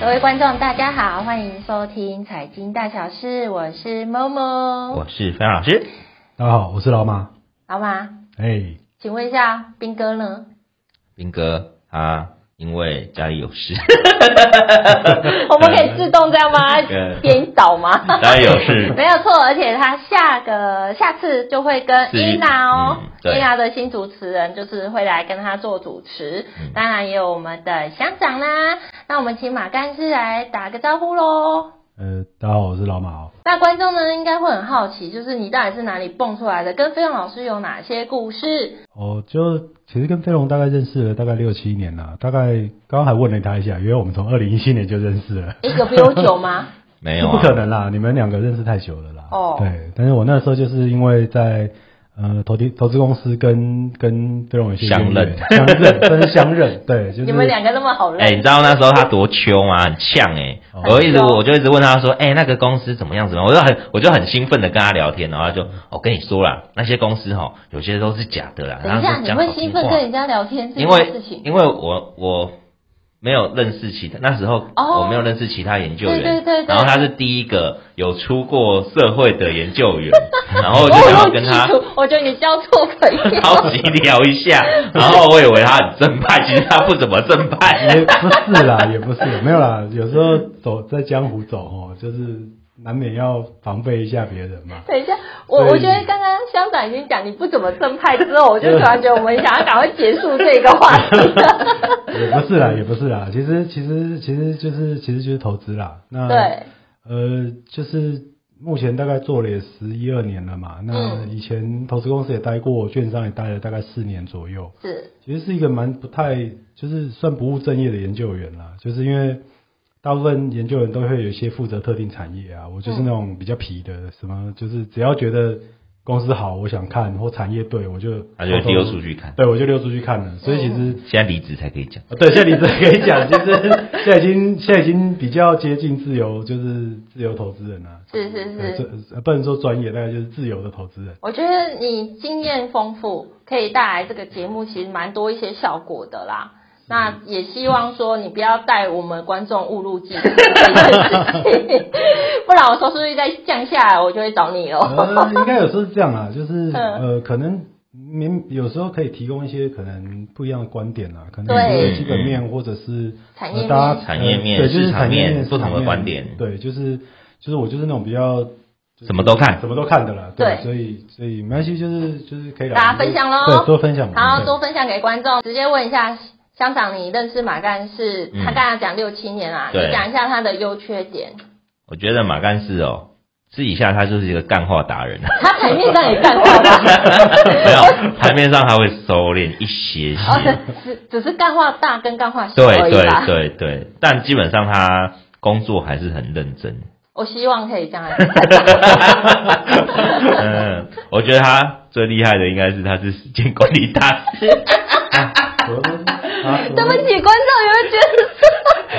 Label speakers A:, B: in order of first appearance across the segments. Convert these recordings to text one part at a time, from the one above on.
A: 各位观众，大家好，欢迎收听《财经大小事》，我是某某
B: 我是菲老师，
C: 大家好，我是老马。
A: 好吗？
C: 哎、
A: 请问一下，斌哥呢？
B: 斌哥他因为家里有 事，
A: 我们可以自动这样 吗
B: 呃？
A: 颠倒吗？
B: 家里有事，
A: 没有错，而且他下个下次就会跟
B: 是
A: 伊娜哦，
B: 嗯对
A: 伊娜的新主持人就是会来跟他做主持，
B: 嗯
A: 当然也有我们的乡长啦。那我们请马干事来打个招呼喽。
C: 呃，大家好，我是老马哦。
A: 那观众呢，应该会很好奇，就是你到底是哪里蹦出来的？跟飞扬老师有哪些故事？
C: 哦，就其实跟飞龙大概认识了大概六七年了，大概刚刚还问了他一下，因为我们从二零一七年就认识了，
A: 诶有比我久 吗？
B: 没有
C: 不
B: 啊，
C: 可能啦，你们两个认识太久了啦。
A: 哦
C: 对，但是我那时候就是因为在呃投资投资公司跟跟飞龙有一些
B: 相认
C: 渊源相认，真是相认，对，就是
A: 你们两个那么好认，
B: 哎、你知道那时候他多秋吗？很呛哎、
C: 哦
B: 我一直
A: 很秋
B: 我就一直问他说，哎、那个公司怎么样怎么样？我就很我就很兴奋的跟他聊天，然后他就我、跟你说啦，那些公司哈，有些都是假的啦。
A: 等一
B: 然
A: 下
B: 后
A: 你
B: 讲
A: 会
B: 好听
A: 兴奋
B: 话
A: 跟人家聊天这
B: 因
A: 件事
B: 为
A: 情？
B: 因为我我没有认识其他那时候
A: 哦
B: 我没有认识其他研究员，
A: 对对对对
B: 然后他是第一个有出过社会的研 究员，然后我就
A: 哦
B: 想要
A: 我
B: 跟
A: 记
B: 他
A: 住我觉得你交错朋 友。
B: 超级聊一 下，然后我以为他很正派，其实他不怎么正派。
C: 也不是啦，也不是，没有啦。有时候走在江湖走哦，就是难免要防备一下别人嘛。
A: 等一下，我
C: 所以
A: 我觉得刚刚乡长已经讲你不怎么正派之后，我就突然觉得我们想要赶快结束这个话 题了。
C: 也不 是啦，也不是啦，其实其实其实就是其实就是投资啦。那
A: 对，
C: 呃，就是目前大概做了也十一二年了嘛。那
A: 嗯
C: 以前投资公司也待过，券商也待了大概四年左右。
A: 是
C: 其实是一个蛮不太，就是算不务正业的研究员啦，就是因为大部分研究员都会有一些负责特定产业啊，我
A: 嗯
C: 就是那种比较皮的，什么就是只要觉得公司好，我想看或产业对我就
B: 他就会
C: 偷偷
B: 溜出去看
C: 对我就溜出去看了，所以其实。
B: 现在离职才可以讲，
C: 啊对，现在你只可以讲，就是 现在已经现在已经比较接近自由，就是自由投资人了、
A: 是是
C: 对
A: 是，
C: 这呃不能说专业，大概就是自由的投资人。
A: 我觉得你经验丰富，可以带来这个节目其实蛮多一些效果的啦。
B: 嗯
A: 那也希望说你不要带我们观众误入歧 途这件事情，不然我收视率再降下来，我就会找你了。
C: 呃，应该有时候是这样啊，就是
A: 哦 嗯
C: 呃，可能您有时候可以提供一些可能不一样的观点啊，可能
A: 对
C: 是基本面或者是
A: 产业面
C: 呃大家
B: 产业面
C: 呃对，就是
B: 市场
C: 产业
B: 面
C: 面
B: 不同的
C: 市场面
B: 观点
C: 对，就是就是我就是那种比较就是
B: 什么都看
C: 什么都看的啦，
A: 对
C: 所以所以没关系，就是就是可以来
A: 大家分享咯
C: 对，多分享嘛，
A: 好，
C: 对
A: 多分享给观众。直接问一下，乡长，你认识马干事？
B: 嗯
A: 他刚才讲六七年啦，
B: 对
A: 你讲一下他的优缺点。
B: 我觉得马干事哦，私底下他就是一个干话达 人，
A: 他台面上也干话吧？
B: 没有台面上他会收敛一些些，
A: 哦，只只是干话大跟干话小而
B: 对
A: 已啦
B: 对。对对，但基本上他工作还是很认真。
A: 我希望可以这 样。
B: 嗯，我觉得他最厉害的应该是他是时间管理大师，
C: 我都啊
A: 对不起，观众有没有觉得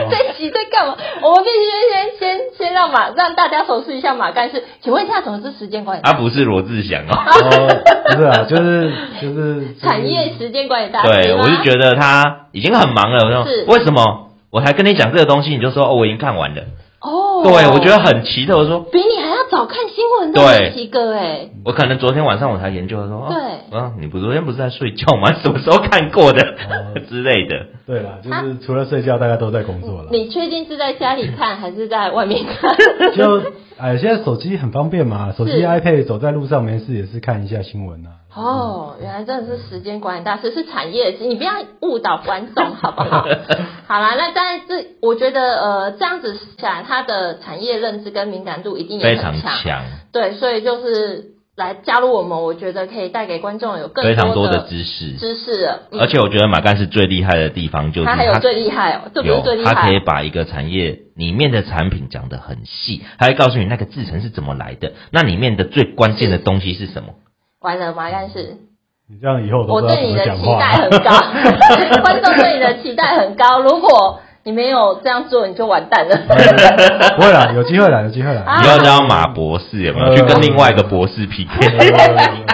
A: 这集在干嘛？
B: 哦
A: 我们必须先先先先让马让大家熟悉一下马干事。请问一下，什么是时间管理？
B: 他不是罗志祥哦。
C: 哦，不是啊，就是 就是
A: 产业时间管理大师
B: 啊对，
A: 吗
B: 我是觉得他已经很忙了。我
A: 是
B: 说为什么我才跟你讲这个东西，你就说哦我已经看完了？
A: 哦，
B: 对，我觉得很奇特。我说
A: 比你还要早看新闻的
B: 对
A: 七哥哎、
B: 我可能昨天晚上我才研究的说，哦
A: 对
B: 啊，你不昨天不是在睡觉吗？什么时候看 过的、
A: 嗯
C: 哦
B: 之类的？
C: 对啦，就是除了睡觉，大家都在工作了。
A: 你确定是在家里看还是在外面看？
C: 就哎，现在手机很方便嘛，手
A: 是
C: 机 iPad 走在路上没事也是看一下新闻啊。
A: 哦，原来真的是时间管理大师，是产业，你不要误导观众好不 好？好啦，那但是这我觉得呃这样子下来，他的产业认知跟敏感度一定也
B: 非
A: 很
B: 常
A: 强，
B: 强，
A: 对，所以就是来加入我们，我觉得可以带给观众有更
B: 非常
A: 多
B: 多的知识。
A: 知识了，嗯
B: 而且我觉得马干是最厉害的地方，就是
A: 他还有最厉害哦，这不是
B: 有
A: 最厉害，
B: 他可以把一个产业里面的产品讲得很细，他会告诉你那个制成是怎么来的，那里面的最关键的东西是什么。
A: 完了麻干事。
C: 你这样以后我都
A: 我
C: 不知道
A: 对
C: 怎
A: 你
C: 么
A: 的
C: 讲
A: 期
C: 话啊
A: 待
C: 了。
A: 很高， 观众对你的期待很高。如果你没有这样做，你就完 蛋了。
C: 不会 啦，有机会啦，有机会啦。
A: 啊
B: 你要叫马博士有没有
C: 呃
B: 去跟另外一个博士 PK？
C: 呃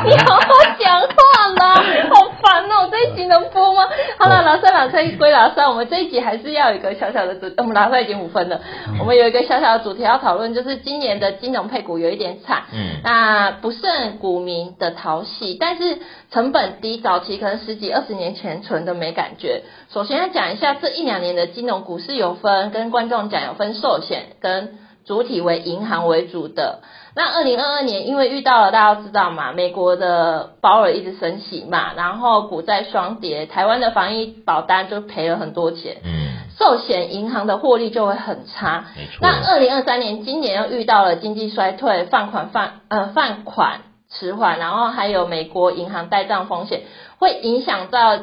A: 你好好讲话啦，好烦烦哦，这一集能播吗？好了，老三老三归老三，我们这一集还是要有一个小小的主，我们老三已经五分了，我们有一个小小的主题要讨论，就是今年的金融配股有一点惨，
B: 嗯，
A: 那不胜股民的淘洗，但是成本低，早期可能十几二十年前存的没感觉。首先要讲一下这一两年的金融股市有分，跟观众讲有分寿险跟主体为银行为主的。那二零二二年因为遇到了大家都知道嘛，美国的鲍尔一直升息嘛，然后股债双跌，台湾的防疫保单就赔了很多钱，
B: 嗯，
A: 寿险银行的获利就会很差。
B: 没错。
A: 那呃二零二三年今年又遇到了经济衰退、放款放呃放款迟缓，然后还有美国银行呆账风险，会影响到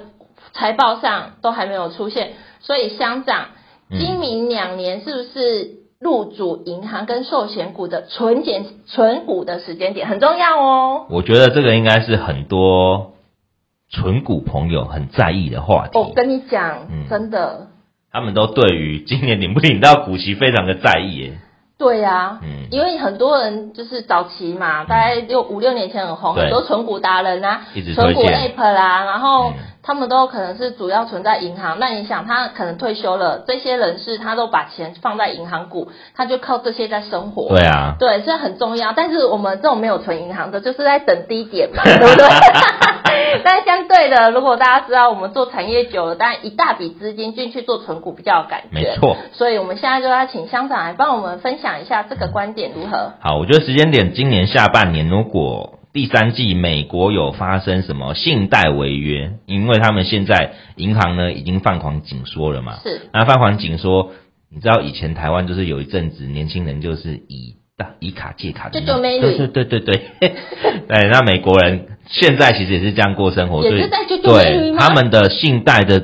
A: 财报上都还没有出现。所以乡长，
B: 嗯
A: 今明两年是不是入主银行跟寿险股的存减存股的时间点很重要哦？
B: 我觉得这个应该是很多纯股朋友很在意的话题，
A: 哦我、跟你讲，
B: 嗯
A: 真的，
B: 他们都对于今年领不领到股息非常的在意耶。
A: 对啊呀、
B: 嗯，
A: 因为很多人就是早期嘛，大概六五六年前很红，
B: 对
A: 很多存股达人啊
B: 一直，
A: 存
B: 推
A: 股
B: 荐
A: app 啦、然后
B: 嗯
A: 他们都可能是主要存在银行。那你想，他可能退休了，这些人士他都把钱放在银行股，他就靠这些在生活。
B: 对啊，
A: 对，这很重要。但是我们这种没有存银行的，就是在等低点 嘛，对 不对？但相对的，如果大家知道我们做产业久了，当然一大笔资金进去做存股比较有感觉。
B: 没错。
A: 所以我们现在就要请乡长来帮我们分享一下这个观点如何。
B: 好，我觉得时间点今年下半年，如果第三季美国有发生什么信贷违约，因为他们现在银行呢已经放款紧缩了嘛，
A: 是，
B: 那放款紧缩，你知道以前台湾就是有一阵子年轻人就是以大以卡借卡的
A: 就
B: 那
A: 做
B: 种，
A: 美女
B: 对对对对对， 对，那美国人现在其实也是这样过生活，
A: 也
B: 所以
A: 是在就做美女
B: 对
A: 吗
B: 他们的信贷的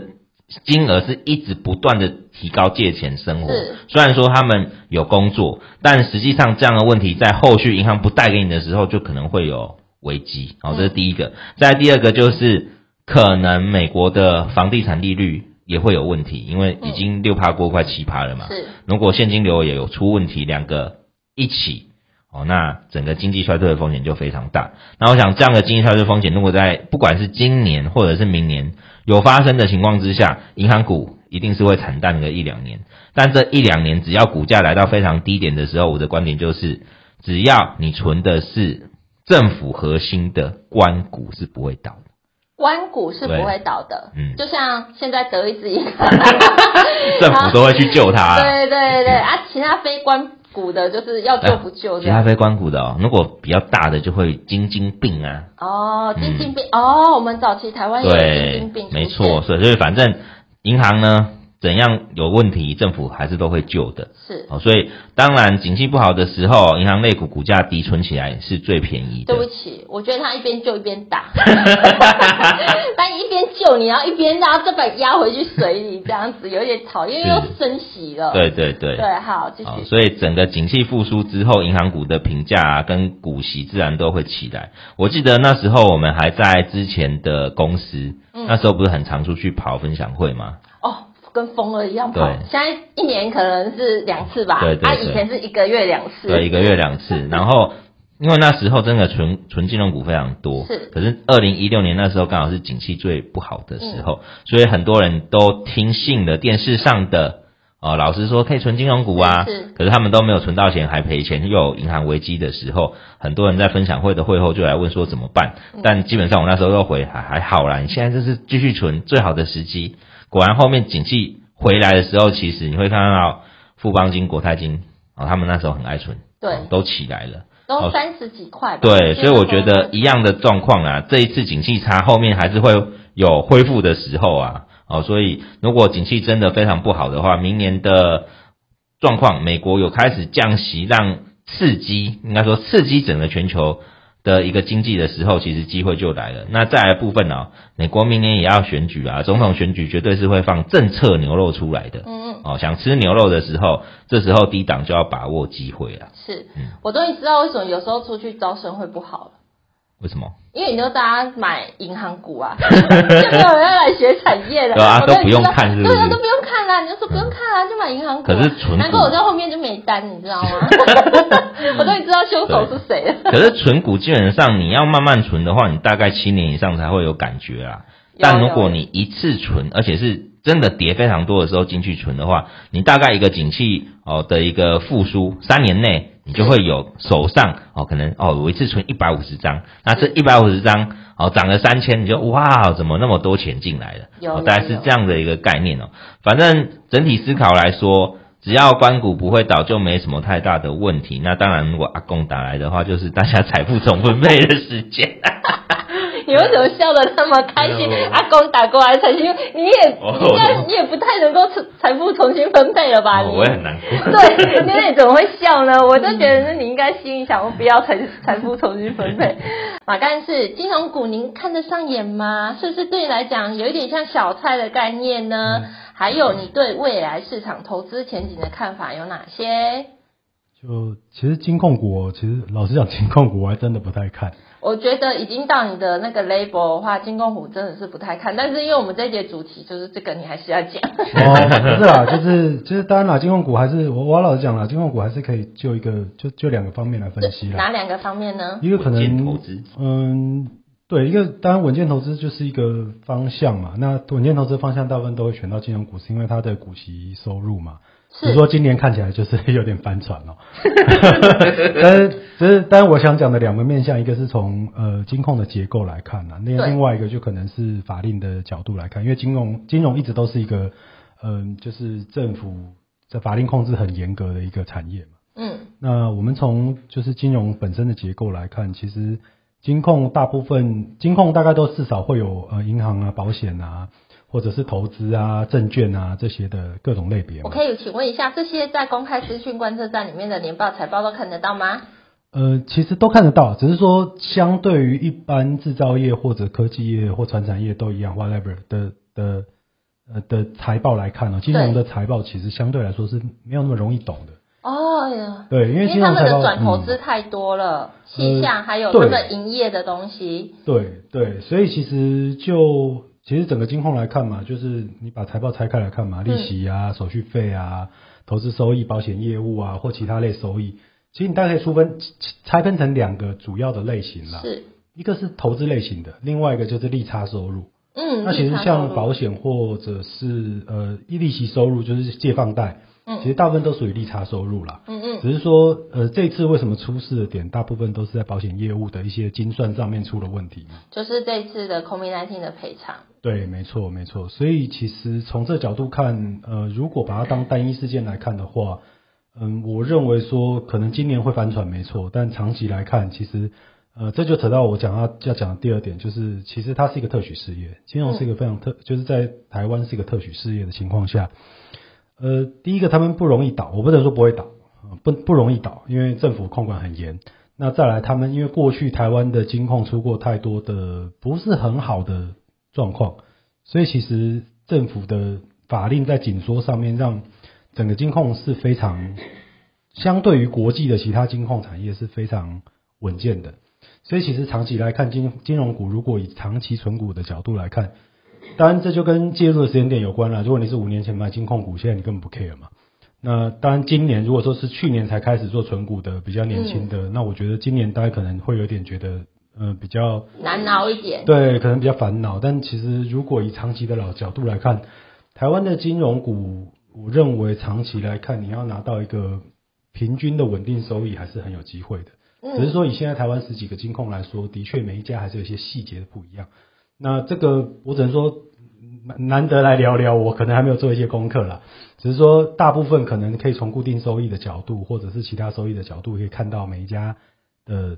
B: 金额是一直不断的提高借钱生活
A: 是。
B: 虽然说他们有工作，但实际上这样的问题在后续银行不贷给你的时候，就可能会有危机。哦，
A: 嗯
B: 这是第一个。再来第二个就是可能美国的房地产利率也会有问题，因为已经六趴过快七趴了嘛。
A: 是
B: 如果现金流也有出问题，两个一起，哦，那整个经济衰退的风险就非常大。那我想，这样的经济衰退风险，如果在不管是今年或者是明年有发生的情况之下，银行股一定是会惨淡个一两年。但这一两年，只要股价来到非常低点的时候，我的观点就是，只要你存的是政府核心的官股，是不会倒的。
A: 关股是不会倒的，
B: 嗯，
A: 就像现在德意志银行，
B: 政府都会去救它、啊。
A: 对对对啊，其他非关股的就是要救不救
B: 其他
A: 的。
B: 非关股的哦，如果比较大的就会金金病啊，
A: 哦，基金病、哦，我们早期台湾也有基
B: 对
A: 金病，，
B: 没错，，所以所以反正银行呢怎样有问题，政府还是都会救的。
A: 是。
B: 哦，所以当然景气不好的时候，银行类股股价低存起来是最便宜的
A: 对。不起，我觉得他一边救一边 打，但一边救你，然后一边让他再把你压回去水里，这样子有点讨厌，因为
B: 是
A: 又升息了。
B: 对对对。
A: 对，好，继
B: 好，
A: 续。
B: 所以整个景气复苏之后，银行股的评价、啊、跟股息自然都会起来。我记得那时候我们还在之前的公司，
A: 嗯
B: 那时候不是很常出去跑分享会吗？
A: 哦，跟疯了一样跑
B: 对。
A: 现在一年可能是两次吧，
B: 对对
A: 啊，
B: 对
A: 以前是一个月两次。
B: 对，一个月两 次。然后因为那时候真的纯纯金融股非常多，
A: 是
B: 可是二零一六年那时候刚好是景气最不好的时
A: 嗯
B: 候，所以很多人都听信了电视上的。哦，老师说可以存金融股啊，
A: 是是
B: 可是他们都没有存到钱，还赔钱，又有银行危机的时候，很多人在分享会的会后就来问说怎么办？但基本上我那时候都回还还好啦，你现在就是继续存最好的时机。果然后面景气回来的时候，其实你会看到富邦金、国泰金哦，他们那时候很爱存，
A: 对
B: 哦都起来了。
A: 都
B: 好
A: 三十几块吧。
B: 对，所以我觉
A: 现在
B: 得
A: 都
B: 一样的状况啊，这一次景气差，后面还是会有恢复的时候啊。哦，所以如果景气真的非常不好的话，明年的状况，美国有开始降息，让刺激，应该说刺激整个全球的一个经济的时候，其实机会就来了。那再来部分啊，美国明年也要选举啊，总统选举绝对是会放政策牛肉出来的。
A: 嗯嗯
B: 哦，想吃牛肉的时候，这时候低档就要把握机会啊。
A: 是
B: 嗯，
A: 我终于知道为什么有时候出去招生会不好了。
B: 为什么？
A: 因为你都大家买银行股 啊，就没有人要来学产业的，
B: 对啊
A: 我都
B: 都不用看是不是嗯
A: 对啊，都不用看啦，你就说不用看啦，就买银行股啊。
B: 可是纯股
A: 难怪我在后面就没单，你知道 吗？我都已经知道凶手是谁了。
B: 可是存股基本上你要慢慢存的话，你大概七年以上才会有感觉啊。但
A: 有
B: 如
A: 有
B: 果你一次存，而且是真的跌非常多的时候进去存的话，你大概一个景气哦的一个复苏，三年内你就会有手上哦可能哦我一次存一百五十张，那这一百五十张哦涨了三千，你就哇怎么那么多钱进来了？
A: 有
B: 哦
A: 有
B: 大概是
A: 有
B: 这样的一个概念哦。反正整体思考来说。只要关谷不会倒，就没什么太大的问题。那当然，如果阿公打来的话，就是大家财富重分配的时 间。
A: 你为什么笑得那么开心
B: 没有？
A: 阿公打过来才新，你也
B: 哦
A: 应该你也不太能够财富重新分配了吧？
B: 哦
A: 你
B: 我也很难过。
A: 对，那你怎么会笑呢？我就觉得那你应该心里想，我不要财财富重新分 配。马干事，金融股您看得上眼吗？是不是对你来讲有一点像小菜的概念呢？
B: 嗯
A: 还有你对未来市场投资前景的看法有哪些？
C: 就其实金控股哦，其实老实讲，金控股我还真的不 太看。
A: 我觉得已经到你的那个 label 的话，金控股真的是不太看，但是因为我们这一节主题就是这个，你还是要讲。
C: 哦，不是啦，就是就是当然啦，金控股还是我我老实讲啦，金控股还是可以就一个就就两个方面来分析啦。
A: 哪两个方面呢？
C: 一个可
B: 稳健
C: 能
B: 投资
C: 嗯，对，一个当然稳健投资就是一个方向嘛。那稳健投资方向大部分都会选到金融股，是因为它的股息收入嘛。
A: 是
C: 只是说今年看起来就是 有点翻船 哦，但是只是，但是我想讲的两个面向，一个是从呃金控的结构来看呐、那
A: 对
C: 另外一个就可能是法令的角度来看，因为金融金融一直都是一个嗯、就是政府在法令控制很严格的一个产业嘛。
A: 嗯，
C: 那我们从就是金融本身的结构来看，其实金控大部分金控大概都至少会有呃银行啊、保险啊，或者是投资啊、证券啊这些的各种类别嘛。
A: 我可以请问一下，这些在公开资讯观测站里面的年报、财报都看得到吗？
C: 呃，其实都看得到，只是说相对于一般制造业或者科技业或传产业都一样，whatever 的的呃的财报来看呢、哦金融的财报其实相对来说是没有那么容易懂的。
A: 哦，哎呀
C: 对，因为金
A: 他们
C: 融财报
A: 的转投
C: 嗯
A: 资太多了，
C: 呃
A: 气象还有他们的
C: 对
A: 营业的东西。
C: 对对，所以其实就其实整个金控来看嘛，就是你把财报拆开来看
A: 嗯
C: 嘛，利息啊、手续费啊、投资收益、保险业务啊或其他类收益，其实你大概可以区分拆分成两个主要的类型啦。
A: 是，
C: 一个是投资类型的，另外一个就是利差收入。
A: 嗯，
C: 那其
A: 利
C: 实
A: 差收
C: 像
A: 入
C: 保险或者是呃利息收入，就是借放贷，
A: 嗯
C: 其实大部分都属于利差收入啦。
A: 嗯嗯，
C: 只是说，呃，这次为什么出事的点，大部分都是在保险业务的一些精算上面出了问题嘛。
A: 就是这次的 COVID-19 的赔偿。
C: 对，没错，没错。所以其实从这角度看，呃，如果把它当单一事件来看的话，嗯，我认为说可能今年会反转，没错。但长期来看，其实，呃，这就扯到我讲要要讲的第二点，就是其实它是一个特许事业，金融是一个非常特，就是在台湾是一个特许事业的情况下，呃，第一个他们不容易倒，我不能说不会倒，呃不不容易倒，因为政府控管很严。那再来，他们因为过去台湾的金控出过太多的不是很好的状况，所以其实政府的法令在紧缩上面，让整个金控是非常相对于国际的其他金控产业是非常稳健的。所以其实长期来看，金金融股如果以长期存股的角度来看，当然这就跟介入的时间点有关了。如果你是五年前买金控股，现在你根本不 care 嘛。那当然，今年如果说是去年才开始做存股的比较年轻的，那我觉得今年大家可能会有点觉得，呃，比较
A: 难熬一点，
C: 对，可能比较烦恼。但其实如果以长期的老角度来看，台湾的金融股，我认为长期来看，你要拿到一个平均的稳定收益还是很有机会的。只是
A: 嗯，
C: 说以现在台湾十几个金控来说，的确每一家还是有一些细节的不一样。那这个我只能说嗯难难得来聊聊，我可能还没有做一些功课啦。只是说大部分可能可以从固定收益的角度，或者是其他收益的角度，可以看到每一家的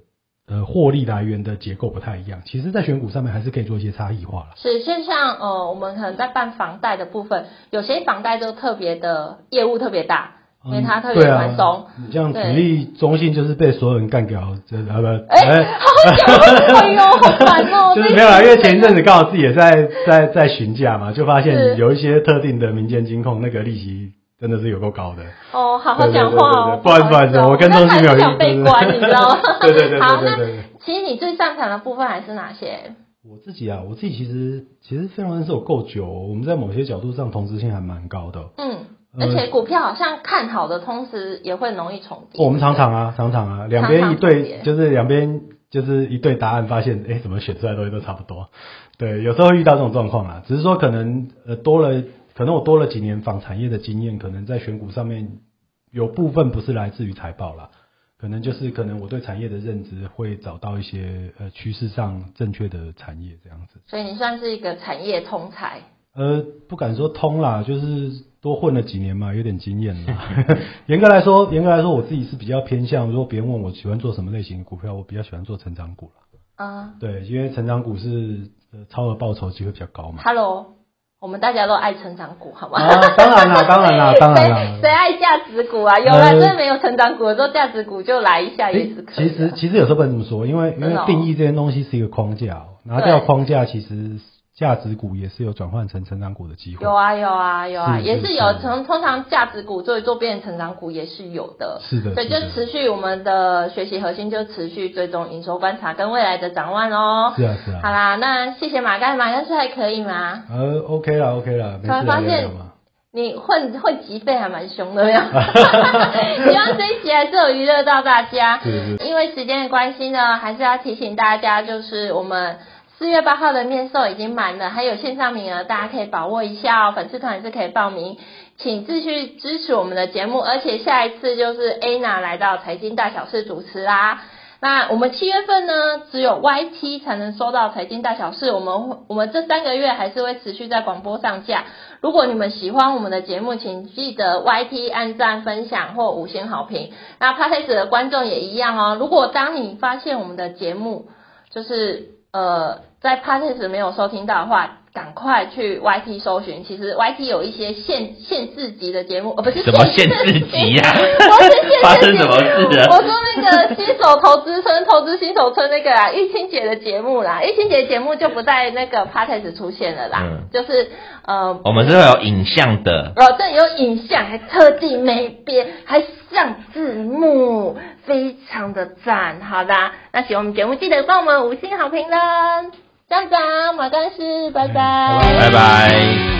C: 呃获利来源的结构不太一样。其实，在选股上面还是可以做一些差异化啦。
A: 是，就像呃，我们可能在办房贷的部分，有些房贷就特别的业务特别大，嗯因为它特别
C: 嗯对
A: 宽松。
C: 啊，你这样举
A: 对
C: 例，中信就是被所有人干掉，这啊不，
A: 哎、好久，哎呦，好烦哦、
C: 就是
A: 这
C: 没有啊啦，因为
A: 真的
C: 前一阵子刚好自己也在在在询价嘛，就发
A: 是
C: 现有一些特定的民间金控那个利息真的是有够高的。
A: 哦，好好讲话哦，
C: 对对对对对不好意思不好意思我跟东西没有
A: 我刚才不想
C: 意思
A: 被关，你知道吗
C: ？对对对对对
A: 好，那
C: 对对
A: 其实你最擅长的部分还是哪些？
C: 我自己啊，我自己其实其实非常认识我够久，我们在某些角度上同质性还蛮高的哦。
A: 嗯，
C: 呃
A: 而且股票好像看好的，同时也会容易重叠。
C: 哦我们常常啊，常常啊，两边一
A: 常常重
C: 对，
A: 叠
C: 就是两边就是一对答案，发现哎，诶怎么选出来的东西都差不多。对，有时候会遇到这种状况啦，只是说可能呃多了，可能我多了几年纺产业的经验，可能在选股上面有部分不是来自于财报啦，可能就是可能我对产业的认知会找到一些呃趋势上正确的产业这样子。
A: 所以你算是一个产业通才。
C: 呃，不敢说通啦，就是多混了几年嘛，有点经验啦。 严格来说，严格来说，我自己是比较偏向，如果别人问我喜欢做什么类型的股票，我比较喜欢做成长股啦。
A: 啊
C: 对，因为成长股是呃超额报酬机会比较 高嘛。
A: ，Hello，我们大家都爱成长股，好吗？
C: 啊，当然啦，当然啦，当然啦
A: 哎谁。谁爱价值股啊？有了，
C: 呃
A: 真的没有成长股的时候，价值股就来一下也是可以
C: 其
A: 的。
C: 实其实有时候不能这么说，因为因
A: 真
C: 为
A: 的哦
C: 定义这些东西是一个框架、哦，拿掉框架，其实价值股也是有转换成成长股的机会。
A: 有啊有啊有啊，
C: 是
A: 也
C: 是
A: 是有
C: 是
A: 从通常价值股做一做变成成长股也是有的。
C: 是的，
A: 对，
C: 是
A: 就
C: 的
A: 持续我们的学习核心，就持续追踪营收观察跟未来的展望哦。
C: 是啊是
A: 好啦，
C: 啊。
A: 那谢谢马盖，马盖是还可以吗？
C: 呃，OK 啦，OK 啦，没事
A: 突然发
C: 啦，
A: 现
C: 聊聊嘛。
A: 你混混级费还蛮凶的，没有？ 希望这一集还是有娱乐到大家。
C: 是是
A: 因为时间的关系呢，还是要提醒大家，就是我们。四月八号的面授已经满了，还有线上名额，大家可以把握一下哦。粉丝团也是可以报名，请继续支持我们的节目。而且下一次就是 Anna 来到财经大小事主持啦。那我们七月份呢，只有 YT 才能收到财经大小事。我们会我们这三个月还是会持续在广播上架。如果你们喜欢我们的节目，请记得 YT 按赞、分享或五星好评。那 p o d c a s 的观众也一样哦。如果当你发现我们的节目就是呃在 p o d c a s 没有收听到的话，赶快去 YT 搜寻。其实 YT 有一些限限制级的节目，呃，不是
B: 什么限
A: 限
B: 制级呀、
A: 我是限制级
B: 发生什么事
A: 我
B: 了？
A: 说那个新手投资村、投资新手村那个啊，玉清姐的节目啦，玉清姐的节目就不在那个 podcast 出现了啦，
B: 嗯
A: 就是呃，
B: 我们是会有影像的，
A: 哦，这有影像，还特地没编，还上字幕，非常的赞。好的，那喜欢我们节目，记得帮我们五星好评啦！这样子啊，马干事，拜拜，
C: 嗯
B: 拜拜。